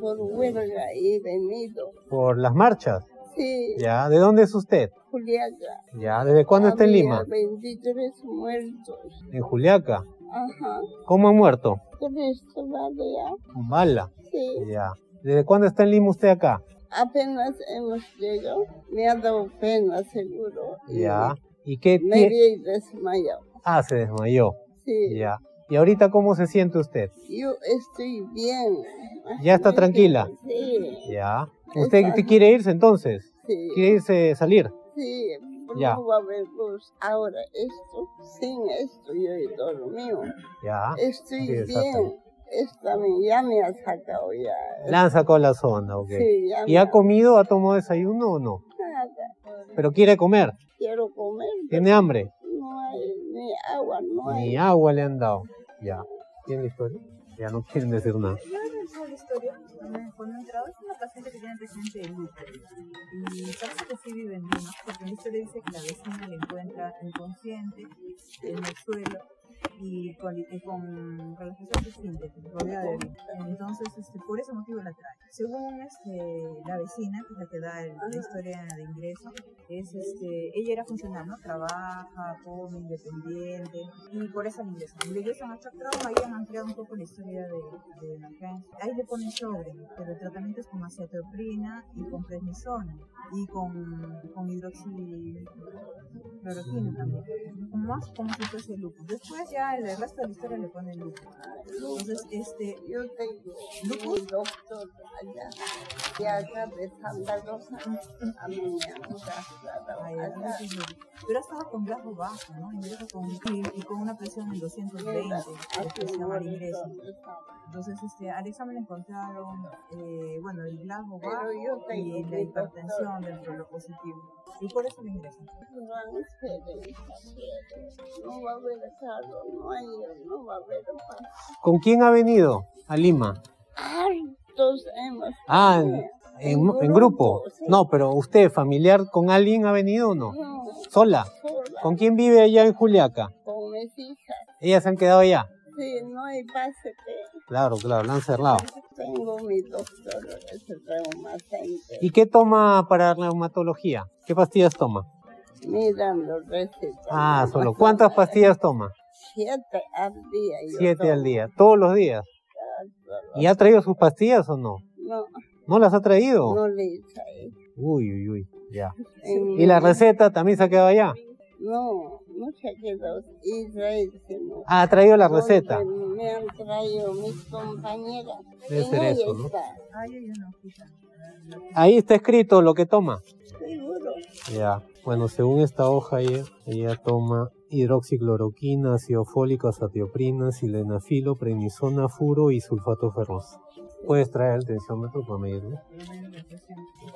por huelga he venido. Por las marchas. Sí, Ya, ¿de dónde es usted? Juliaca. Ya, ¿desde cuándo está en Había Lima? 23 muertos. En Juliaca. Ajá. ¿Cómo ha muerto? Tres todavía. Con bala. Sí. Ya. ¿Desde cuándo está en Lima usted acá? Apenas hemos llegado. Me ha dado pena, seguro. y Ya. ¿Y qué Me tiene? había desmayado. Ah, se desmayó. Sí. Ya. ¿Y ahorita cómo se siente usted? Yo estoy bien. ¿Ya está tranquila? Sí. Ya. ¿Usted Está- te quiere irse entonces? Sí. ¿Quiere irse salir? Sí, pero Ya. no va a haber luz. Ahora, esto, sin esto, yo he dormido. Ya. Estoy Sí, Ah, exacto. bien. Esta me, ya me ha sacado ya. La han sacado la zona, ok. Sí, ya ¿Y me ha comido, ha tomado desayuno o no? nada. Pero quiere comer, Quiero comer, pero tiene hambre. no hay ni agua, no hay. Ni agua le han dado. Ya. ¿Tiene la historia? Ya no quieren decir nada. Yo revisé la historia eh, con un trabajo, es una paciente que tiene presente de lúpus y parece que sí vive en Lima, porque en la historia dice que la vecina la encuentra inconsciente en el suelo y con, y con relajación distinta, rodeada de Entonces, este, por ese motivo la trae. Según este, la vecina, que es la que da el- la historia de ingreso, es, este, ella era funcional, ¿no? Trabaja, come, independiente, y por eso le ingresan. Le ingresan a trauma y han ampliado un poco la historia de, de la cáncer. Ahí le ponen sobre, pero el tratamiento es con acetoprina y con prednisona y con, con hidroxicloroquina también. Como más como si fuese lupus. Después ya el resto de la historia le ponen lupus. Entonces, este, Yo tengo un doctor allá, de acá de Santa Rosa, a mí me han trasladado Ay, ay, allá. ay, ay. Pero ha estado con grado bajo, ¿no? Ingreso con, y, y con una presión en 220, de presión al ingreso. Entonces, este, al examen le encontraron, eh, bueno, el glajo Pero bajo yo tengo y la mi hipertensión dentro de lo positivo. Y por eso le ingresan. No hay esperanza, no va a haber carro, no hay, no va a haber paz. ¿Con quién ha venido a Lima? Hartos hemos Ah, en, tenido. en- en grupo. sí. No, pero usted, familiar con alguien, ha venido o no? No, ¿Sola? sola, ¿Con quién vive allá en Juliaca? con mis hijas. Ellas se han quedado allá. Sí, no hay paz que Claro, claro, la han cerrado. tengo mi doctor, es reumatente. ¿Y qué toma para reumatología? ¿Qué pastillas toma? Miran los recetas. Ah, solo. ¿Cuántas pastillas toma? Siete al día. yo Siete al tomo. día, todos los días. ¿Y ha traído sus pastillas o no? No, ¿No las ha traído? no le trae. Uy, uy, uy, ya. En- ¿Y la receta también se ha quedado allá? No, no se ha quedado. Israel, sino Ah, ha traído la donde receta. Me han traído mis compañeras. Debe En ser ella eso, ¿no? está, Ay, ay, ay, no, fija. Ahí está escrito lo que toma. Seguro. Ya, bueno, según esta hoja ella, ella toma hidroxicloroquina, ácido fólico, azatioprina, silenafilo, prenisona, furo y sulfato ferroso. Puedes traer el tensiómetro para medirlo.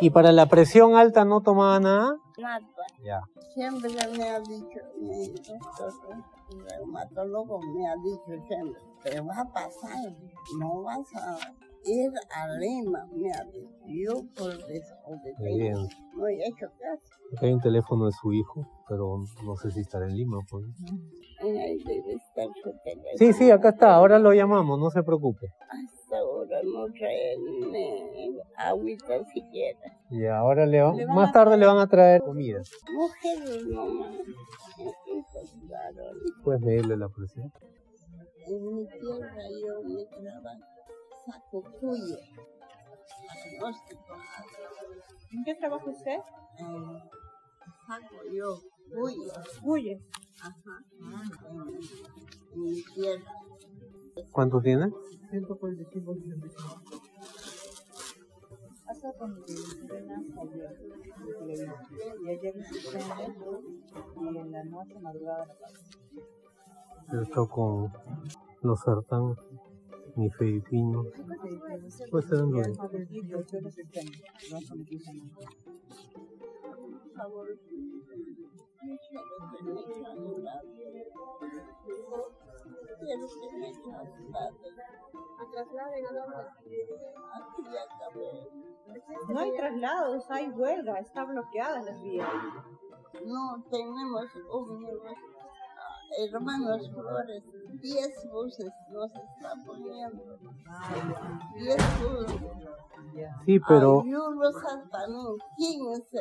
¿Y para la presión alta no tomaba nada? Nada. Ya. Siempre me ha dicho, mi doctor, el reumatólogo me ha dicho siempre, te va a pasar, no vas a ir a Lima, me ha dicho. Yo por Muy bien. desobediencia no he hecho caso. Acá hay un teléfono de su hijo, pero no sé si estará en Lima. Pues. En ahí debe estar su teléfono. Sí, sí, acá está. Ahora lo llamamos, no se preocupe. Hasta ahora no trae ni agüita siquiera. Y ahora le va- Le van más a tarde le van a traer comida. Mujeres nomás. Hijos varones. Puedes medirle la presión. En mi tierra yo me trabajo. Saco cuyo. Diagnóstico. ¿En qué trabaja usted? eh, Saco yo cuyo. Huye. Ajá. En, en mi tierra. ¿Cuánto tiene? Hasta cuando te entrenas ayer, y ayer le suspende, y en la noche madrugada la pasa. Yo estoy con los sartán, mi filipinos. Pues se dan bien. Quiero que me trasladen. Aquí ya acabé. No hay traslados, hay huelga, están bloqueadas las vías. No tenemos un ah, hermanos Flores, 10 buses nos están poniendo. Ah, 10 buses. ya. Sí, pero Hay unos hasta no, 15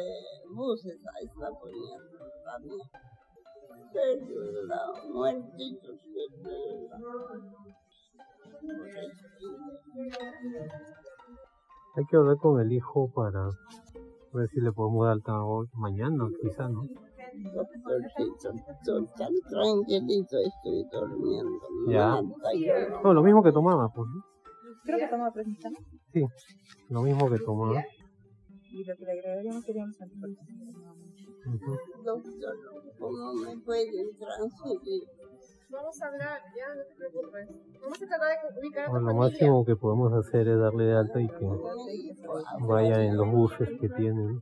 buses ahí está poniendo también. Pero la muerte hay que hablar con el hijo para ver si le podemos dar alta hoy, mañana, quizá, ¿no? Doctorcito, estoy tan tranquilito, estoy durmiendo. Ya. Mata, yo No, lo mismo que tomaba, pues. ¿no? Creo que toma presentación. Sí, lo mismo que tomaba. Y lo que le agregaríamos serían los anticuerpos. Ujú. Doctor, ¿cómo me pueden transferir? Vamos a hablar, ya, no te preocupes. Vamos a tratar de ubicar a tu Bueno, lo familia. máximo que podemos hacer es darle de alta y que vaya en los buses que tienen.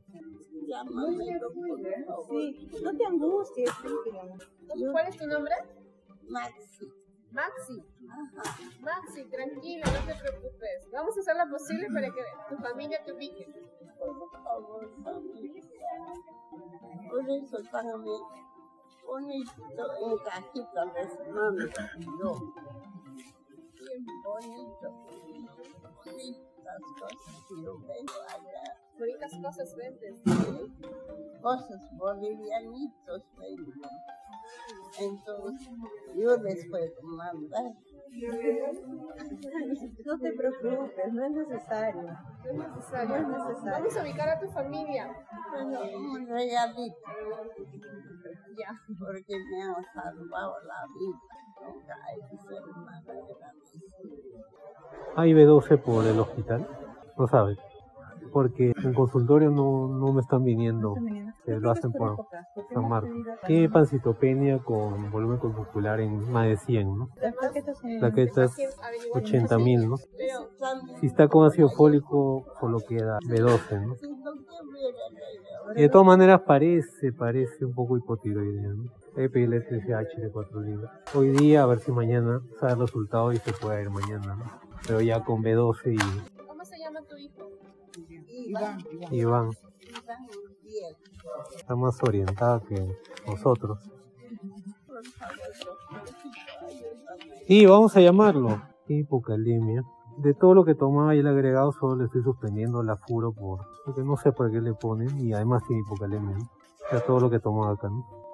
Llámame, por favor. Sí, no te angusties, tranquila. Entonces, ¿Cuál es tu nombre? Maxi. Maxi. Maxi, tranquila, no te preocupes. Vamos a hacer lo posible para que tu familia te ubique. por favor, familia. Por eso también, bonito en cajita les mando yo. Bien bonito. Bonitas cosas que yo veo allá. Bonitas cosas ventes. Cosas bolivianitos vengo. Entonces, yo les puedo mandar. No te preocupes, no es necesario. No es necesario. No es necesario. Vamos a ubicar a tu familia. Bueno, un regalito, Ya. porque me han salvado la vida. Nunca hay que ser más agradecido. Hay B12 por el hospital, no sabes. Porque en consultorio no, no me están viniendo. que lo hacen por San Marcos. Tiene pancitopenia con volumen corpuscular en más de 100, ¿no? Las plaquetas en- Plaquetas Así es, averiguar. 80.000, ¿no? Pero, Si está con ácido fólico, por lo que da B12, ¿no? Y de todas maneras parece, parece un poco hipotiroidea, ¿no? Debe pedirle TSH de 4 libras. Hoy día, a ver si mañana sabe el resultado y se puede ir mañana, ¿no? Pero ya con B12 y, ¿cómo se llama tu hijo? Iván, y van, Iván Uriel, está más orientada que nosotros. Y vamos a llamarlo. Hipocalemia. De todo lo que tomaba y el agregado, solo le estoy suspendiendo la furo por. Porque no sé por qué le ponen y además tiene hipocalemia. ¿no? O sea, todo lo que tomaba acá, ¿no?